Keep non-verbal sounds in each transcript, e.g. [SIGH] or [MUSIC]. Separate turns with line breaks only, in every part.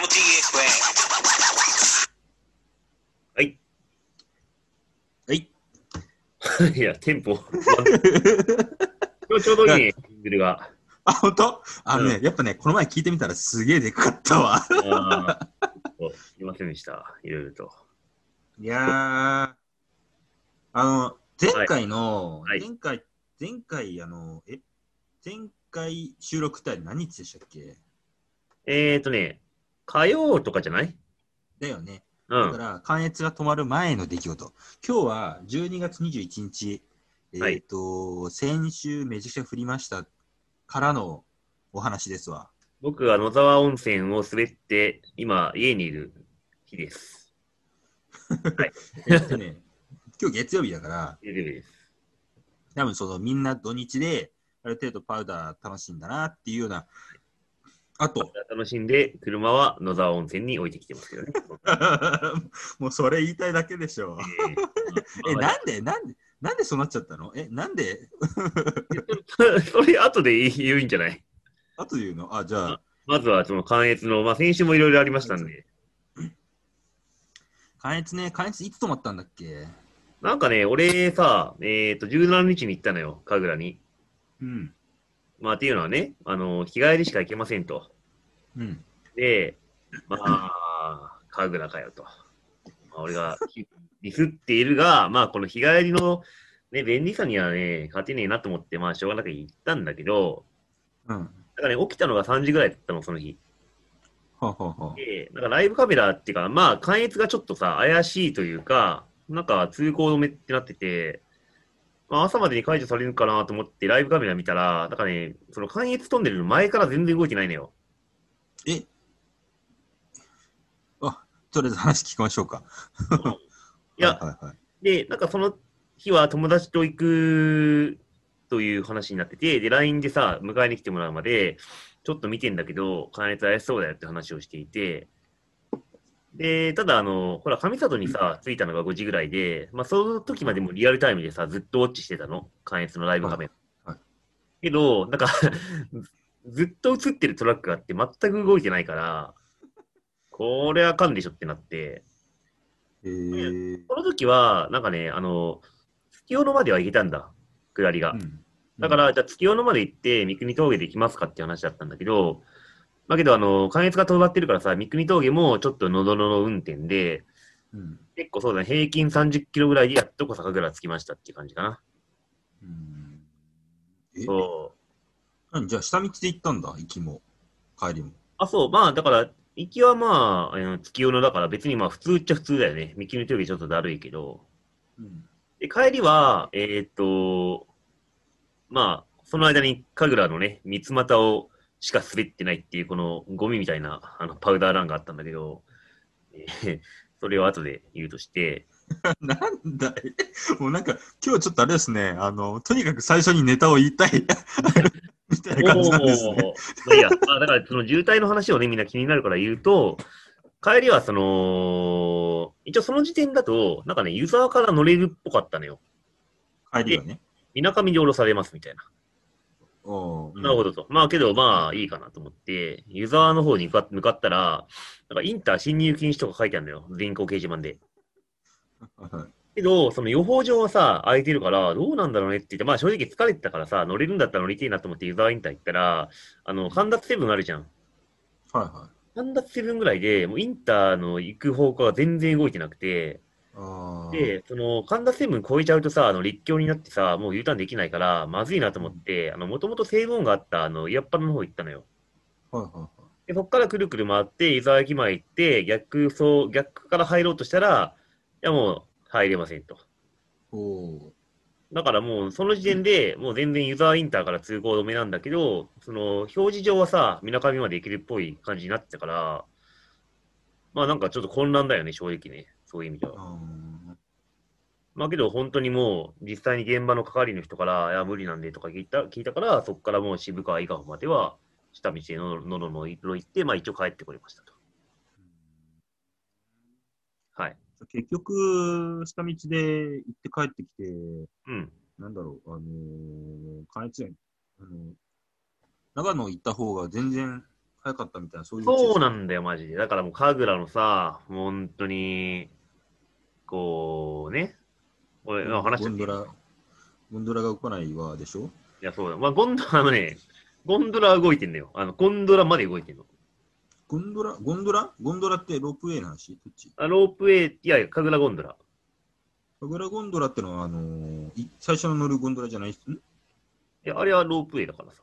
DX
はい。
はい。
いや、テンポ。今日ちょうどいいね、ジングルが。
あ、本当？あのね、やっぱね、この前聞いてみたらすげえでかかったわ。
あーそうすいませんでした。いろいろと。
いやー、あの、前回の、
はいはい
前回、前回、あの、え、前回収録って何日でしたっけ
えっ、ー、とね、火曜とかじゃない
だよね。
う
だか
ん。
ら、関越が止まる前の出来事。今日は12月21日、えっ、
はい
と、先週めちゃくちゃ降りましたからのお話ですわ。
僕は野沢温泉を滑って、今、家にいる日です。
えっとね、
[LAUGHS]
今日月曜日だから、
大丈夫です。
多分そのみんな土日で、ある程度パウダー楽しんだなっていうような、あと、 [LAUGHS]
楽しんで、車は野沢温泉に置いてきてますけどね。
もうそれ言いたいだけでしょ。え、
え
なんで、なんで、なんでそうなっちゃったのえ、なんで、
それ後で言うんじゃない
あと言うのあ、じゃあ、
まずはその関越の、まあ先週もいろいろありましたんで、
関越ね、関越いつ止まったんだっけ
なんかね、俺さ、えっ、と、17日に行ったのよ、神楽に。
うん。
まあっていうのはね、あの、日帰りしか行けませんと。
うん。
で、まあ、神楽かよと。まあ、俺がディスっているが、まあこの日帰りの、ね、便利さにはね、勝てねえなと思って、まあしょうがなく行ったんだけど、
うん。
だからね、起きたのが3時ぐらいだったの、その日。
ほうほうほう。
で、なんかライブカメラっていうか、まあ、関越がちょっとさ、怪しいというか、なんか通行止めってなってて、まあ、朝までに解除されるかなと思って、ライブカメラ見たら、なんかね、その関越トンネルの前から全然動いてないのよ。
えあ、とりあえず話聞きましょうか。
いや、
はいはい。
で、なんかその日は友達と行くという話になってて、で、LINE でさ、迎えに来てもらうまで、ちょっと見てんだけど、関越怪しそうだよって話をしていて、で、ただ、あの、ほら、上里にさ、着いたのが5時ぐらいで、まあ、その時までもリアルタイムでさ、ずっとウォッチしてたの、関越のライブ画面。
はいは
けど、なんか、 [LAUGHS] ずっと映ってるトラックがあって、全く動いてないから、これあかんでしょってなって、
えー、
この時は、なんかね、あの、月夜野までは行けたんだ、下りが。
ん。
だから、じゃあ月夜野まで行って、三国峠で行きますかって話だったんだけど、だけど、あの、関越が止まってるからさ、三国峠もちょっとのどのの運転で、
うん、
結構そうだね、平均30キロぐらいでやっと小坂倉着きましたっていう感じかな。
うん。え
そう。
何じゃあ、下道で行ったんだ、行きも、帰りも。
あ、そう、まあ、だから、行きはまああの、月夜野だから別にまあ、普通っちゃ普通だよね。三国峠ちょっとだるいけど。
うん。
で、帰りは、えーっと、まあ、その間に、神楽のね、三つ股をしか滑ってないっていう、このゴミみたいな、あの、パウダーランがあったんだけど、え [LAUGHS] ーそれを後で言う
[LAUGHS]
として、
なんだい [LAUGHS] もうなんか、今日ちょっとあれですね、あの、とにかく最初にネタを言い [LAUGHS] たい、みたいな感じなんですね。
おーまあいいや、あだからその渋滞の話をね、みんな気になるから言うと、帰りはその、一応その時点だと、なんかね、湯沢から乗れるっぽかったのよ。
帰りはね。
みなかみで降ろされますみたいな。
おー
なるほ。どと。まあけど、まあいいかなと思って、湯沢の方に向か向かったら、なんかインター進入禁止とか書いてあるんだよ。電光掲示板で。
はいはい
けど、その予報上はさ、空いてるから、どうなんだろうねって言って、まあ正直疲れてたからさ、乗れるんだったら乗りてえなと思って湯沢インター行ったら、あの、神田セブンあるじゃん。
はいはい。
神田セブンぐらいで、もうインターの行く方向が全然動いてなくて、
あー
で、その神田セブン超えちゃうとさ、あの立教になってさ、もう U ターンできないから、まずいなと思って、あの、もともと西門があった、あの、イヤッパの方行ったのよ。
はいはいはい。
で、そこからくるくる回って、伊沢駅前行って、逆走、逆から入ろうとしたら、いやもう入れませんと。
おー
だからもう、その時点で、もう全然湯沢インターから通行止めなんだけど、その、表示上はさ、みなかみまで行けるっぽい感じになってたから、まあなんかちょっと混乱だよね、正直ね。そういう意味では。
あ
まあけど、本当にもう、実際に現場の係の人から、いや、無理なんでとか聞いた、聞いたから、そこからもう渋川以下までは、下道でのののの行って、まあ一応帰ってこれましたと。はい。
ー結局、下道で行って帰ってきて、
うん。
なんだろう、あのー、関越園、あのー長野行った方が全然早かったみたいな、そういう。
そうなんだよ、マジで。だからもう、神楽のさ、もう本当に、こうね、俺、あ話し
ゴ
ちゃっ
ン
て
ド
いい
ラ、ゴンドラが動かないわでしょ
いや、そうだ。まあ、ゴンドラ、あのね、ゴンドラは動いてんだよ。あの、ゴンドラまで動いてんの。
ゴンドラ、ゴンドラゴンドラってロープウェイの話どっち
あロープウェイ、いやいや、神楽ゴンドラ。
神楽ゴンドラってのは、あのーい最初の乗るゴンドラじゃないん
いや、あれはロープウェイだからさ。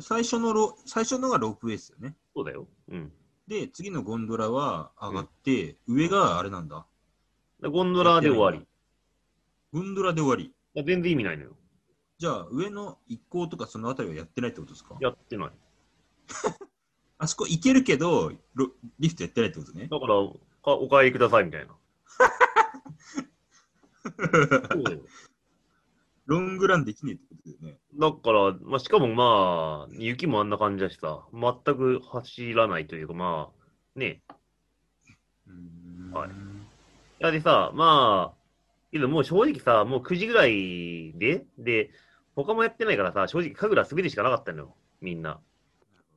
最初のロ、最初のがロープウェイですよね。
そうだよ。うん。
で、次のゴンドラは上がって、上があれなんだ。
だゴンドラで終わり。
ゴンドラで終わり。
いや全然意味ないのよ。
じゃあ、上の一行とかそのあたりはやってないってことですか
やってない。
あそこ行けるけど、ロリフトやってないってことね。
だから、かお帰りくださいみたい
[LAUGHS]
な。そうだよ。
ロングランできねえってことだよね。
だから、まあ、しかもまあ、雪もあんな感じだしさ、全く走らないというか、まあ、ね。はいいやでさ、まあ、けどもう正直さ、もう9時ぐらいで、で、他もやってないからさ、正直、神楽滑るしかなかったのよ、みんな。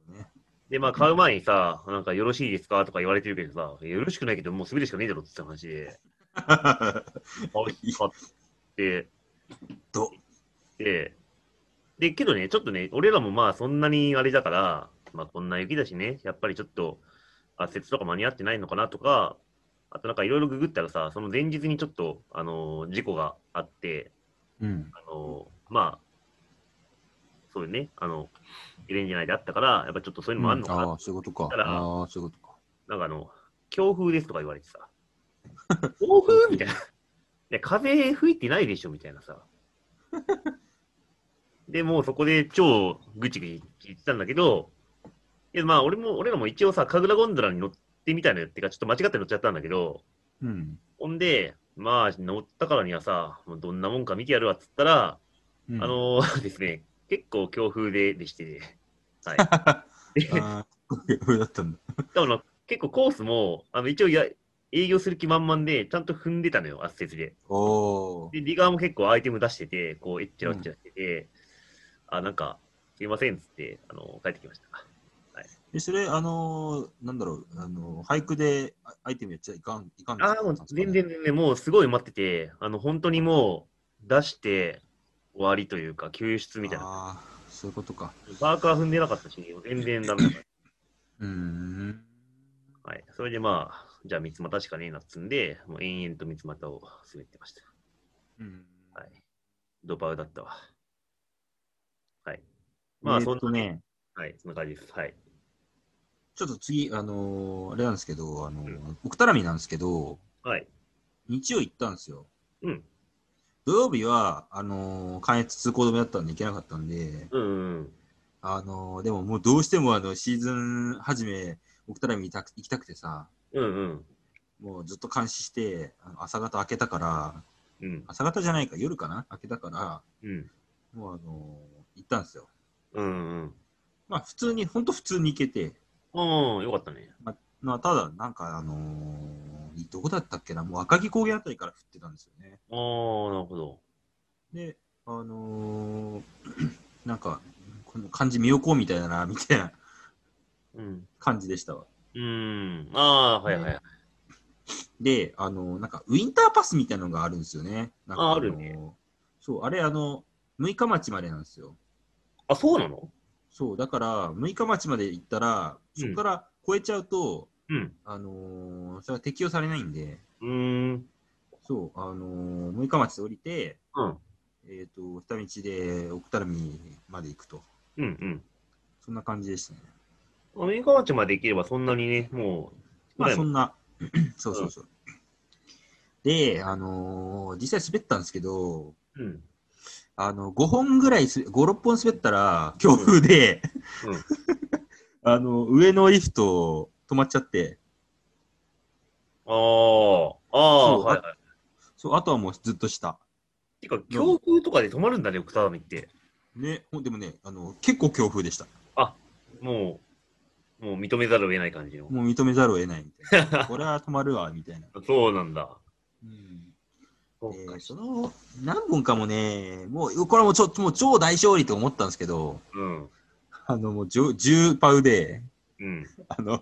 ね
で、まあ、買う前にさ、なんか、よろしいですかとか言われてるけどさ、いやよろしくないけど、もう滑るしかねえだろって話で、あ、買って、
ど
で、で、けどね、ちょっとね、俺らもまあ、そんなにあれだから、まあ、こんな雪だしね、やっぱりちょっと、圧雪とか間に合ってないのかなとか、あとなんか、いろいろググったらさ、その前日にちょっと、あのー事故があって、
うん。
[LAUGHS] あのーまあ、そういうね、あの、ゲレンジ内であったから、やっぱちょっとそういうのもあんのかな
ああ、そういうことか
だ。から
ああ、そういうことか。
なんかあの、強風ですとか言われ
[LAUGHS]
てさ、強風みたいな。で、風吹いてないでしょみたいな
[LAUGHS]
さ。で、もうそこで超ぐちぐち言ってたんだけど、いやまあ俺も、俺らも一応さ、神楽ゴンドラに乗ってみたのよってか、ちょっと間違って乗っちゃったんだけど、
うん。
ほんで、まあ乗ったからにはさ、もうどんなもんか見てやるわっつったら、
うん
あ、のですね、結構強風ででして、はい。で
あー [LAUGHS] 上だったんだ。
でもな結構コースも、あの一応や営業する気満々で、ちゃんと踏んでたのよ、圧雪で。
おお。
で、リガーも結構アイテム出してて、こう、えっちゃらえっちゃらしてて、あ、なんか、すいませんっつって、あの、帰ってきました。
え、それ、あのー、なんだろう、あのー、俳句であアイテムやっちゃいかん、いかんの
ああ、もう全然。全然、もうすごい待ってて、あの、本当にもう、出して終わりというか、救出みたいな。
ああ、そういうことか。
パーカー踏んでなかったし、全然ダメだった。
うーん。
はい。それでまあ、じゃあ三つ股しかねえなっつんで、もう延々と三つ股を滑ってました。
うん。
はい。ドバウだったわ。はい。まあ、
えー
そん
っ
な
とね、
はい、そんな感じです。はい。
ちょっと次、あのー、あれなんですけど、あの
う
ー、奥多摩なんですけど、
はい。
日曜行ったんですよ。
うん。
土曜日は、あのー、関越通行止めだったんで行けなかったんで、
うん、うん。
あのー、でももうどうしてもあの、シーズン初め、奥多摩に行きたく行きたくてさ、
うん、うん。
もうずっと監視して、あの朝方開けたから、
うん。
朝方じゃないか、夜かな開けたから、
うん。
もうあのー、行ったんですよ。
うん、うん。
まあ普通に、ほんと普通に行けて、
ああ、よかったね。
まあただなんかあのー、どこだったっけな、もう赤城高原あたりから降ってたんですよね。
ああ、なるほど。
で、あのー、 [CLEARS THROAT] なんか、この感じ見よこうみたいだな、みたいな
うん。
感じでしたわ。
うん。ああ、はいはい。
で、あのー、なんかウィンターパスみたいなのがあるんですよね。なんか
あ
のー
あるね。
そう、あれあの、六日町までなんですよ。
あ、そうなの
そう、だから、六日町まで行ったら、そこから越えちゃうと、
うん。
あのー、それは適用されないんで、
うーん。
そう、あのー、六日町で降りて、
うん。
えっ、と、下道で奥多摩まで行くと。
うん、
そんな感じでしたね。
うん。アメリカ町まで行ければそんなにね、もう、
まあ、
少
そ
ないもん
んな、
[CLEARS THROAT]
そうそうそう。で、あのー実際滑ったんですけど、
うん。
あの、5本ぐらいす、5、6本滑ったら、強風で、
うん
[LAUGHS] あの、上のリフト止まっちゃって、
ああ、ああ、
そう
はいはい。
そう、あとはもうずっと下。
てか、強風とかで止まるんだね、奥多摩って。
ね、ほんでもね、あの、結構強風でした。
もう、もう認めざるを得ない感じの。
もう認めざるを得ないみたいな。 [LAUGHS] これは止まるわ、みたいな。
そうなんだ。
うん
そ
え
っか
ーその何本かもね、もう、これはもうちょっと、もう超大勝利と思ったんですけど、
うん。
あの、もう10、10パウで、
うん。
あの、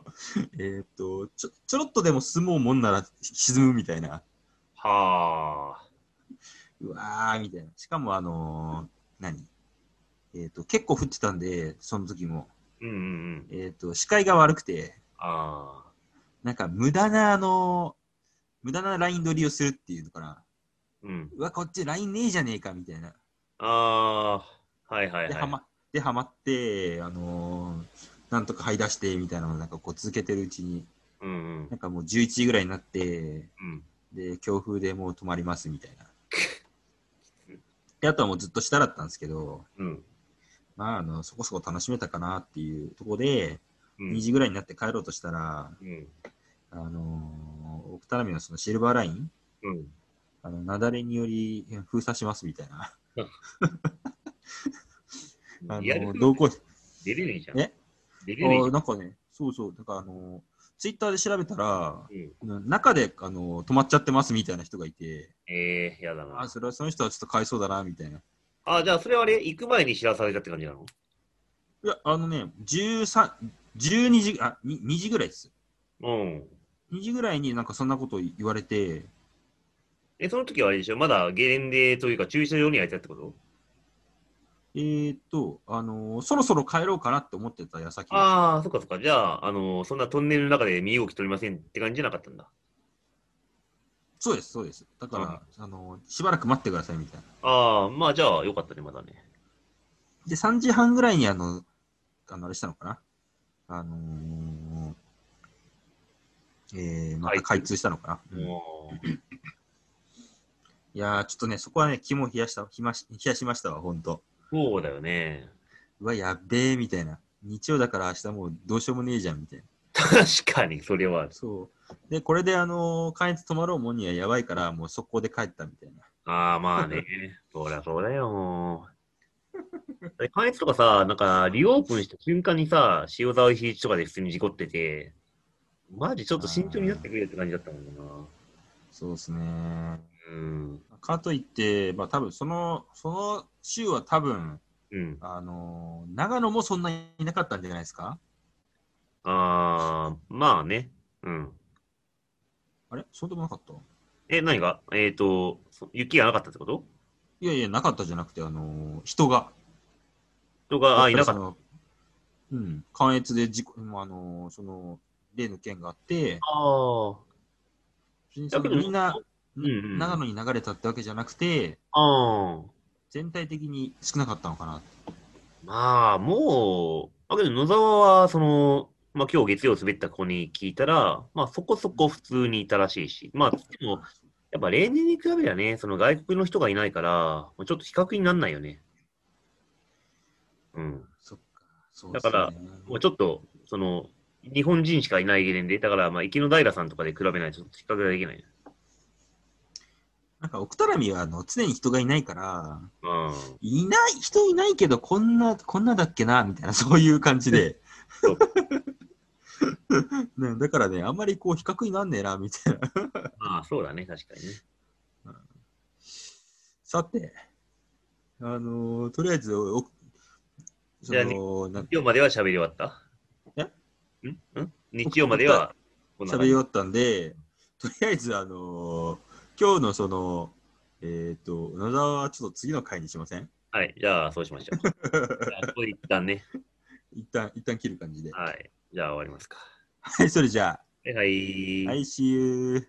えーっと、ちょ、ちょろっとでも済もうもんなら沈むみたいな。
はあ。
うわー、みたいな。しかも、あのー何えーっと、結構降ってたんで、その時も。
うんうんうん。
えーっと、視界が悪くて、
ああ。
なんか無駄な、あの無駄なライン取りをするっていうのかな。
うん。
うわ、こっちラインねえじゃねえか、みたいな。
ああ。はいはい
で、
は。
はいま、で、はまって、あのーなんとか這い出して、みたいなのをなんかこう続けてるうちに、
うんうん
なんかもう11時ぐらいになって、
うん。
で、強風でもう止まります、みた
[LAUGHS]
いな。で、あとはもうずっと下だったんですけど、
うん。
まあ、あの、そこそこ楽しめたかなっていうところで、
うん。
2時ぐらいになって帰ろうとしたら、
うん。
あのー、奥多摩のそのシルバーライン、
うん。
あの、雪崩により封鎖しますみたいな。あ
リアル
の、同行、
出れねえじゃん。
え
出れねえ
おなんかね、そうそう、なんかあの、ツイッターで調べたら、
じゃん。うん、
中で、あの、止まっちゃってますみたいな人がいて、
ええやだな。
あ、それはその人はちょっとかわいそうだな、みたいな。
あ、じゃあそれはあれ、行く前に知らされたって感じなの
いや、あのね、13、12時、あ、に2時ぐらいです。
うん。
2時ぐらいになんかそんなこと言われて、
え、その時はあれでしょまだゲレンデというか駐車場に空いてたってこと
えーっと、あのそろそろ帰ろうかなって思ってた矢先。
ああ、そっかそっか。じゃあ、あのそんなトンネルの中で身動き取りませんって感じじゃなかったんだ。
そうです、そうです。だから、あのしばらく待ってください、みたいな。
ああ、まあじゃあよかったね、まだね。
で、3時半ぐらいに、あの、あの、あれしたのかなあのー、えー、また開通したのかな、うんい
もう
やー、ちょっとね、そこはね、肝を冷やした、ひまし冷やしましたわ、ほんと。
そうだよね。
うわ、やっべー、みたいな。日曜だから明日もうどうしようもねえじゃん、みたいな。
確かに、それは。
そう。で、これで、あのー、関越止まろうもんにはやばいから、もう速攻で帰ったみたいな。
ああ、まあね。そりゃそうだよ、もう。で関越とかさ、なんか、リオープンした瞬間にさ、塩沢秀一とかで普通に事故ってて、マジちょっと慎重になってくれよって感じだったもんな。
そうですね。
うん。
かといって、まあ多分その、その週は多分、
うん。
あのー長野もそんなにいなかったんじゃないですか
ああ、まあね。うん。
あれそうでもなかった
え、何がえっ、と、そ雪がなかったってこと
いやいや、なかったじゃなくて、あのー人が。
人が、あ、いなかった。
た。うん。関越で事故、もうあのーその、例の件があって、
ああ。
別にその
だけど
みんな、
うんうん
長野に流れたってわけじゃなくて、
ああ。
全体的に少なかったのかな。
まあ、もう、だけど野沢は、その、まあ今日月曜滑った子に聞いたら、まあそこそこ普通にいたらしいし、まあでも、やっぱ例年に比べりゃね、その外国の人がいないから、もうちょっと比較にならないよね。うん。
そっか。そう
だから
ですよね
もうちょっと、その、日本人しかいないゲレンデ、だからまあ池の平さんとかで比べないとちょっと比較ができない。
なんか、奥多摩は、あの、常に人がいないから、
うん。
いない、人いないけど、こんな、こんなだっけな、みたいな、そういう感じで
そう。
[LAUGHS] ね、だからね、あんまりこう、比較になんねえな、みたいな。
まあそうだね、確かにね。
さて、あのーとりあえず、おそ
じゃあ
の、な
日曜までは喋り終わった
え
んん日曜までは、こんな
喋
感
り
じ
終わったんで、とりあえず、あのー今日のその、えっ、と、野沢はちょっと次の回にしません
はい、じゃあそうしましょう。じゃあ、ここで一旦ね。
一旦、一旦切る感じで。
はい。じゃあ終わりますか。
はい、それじゃあ、
はい、はい。
来週。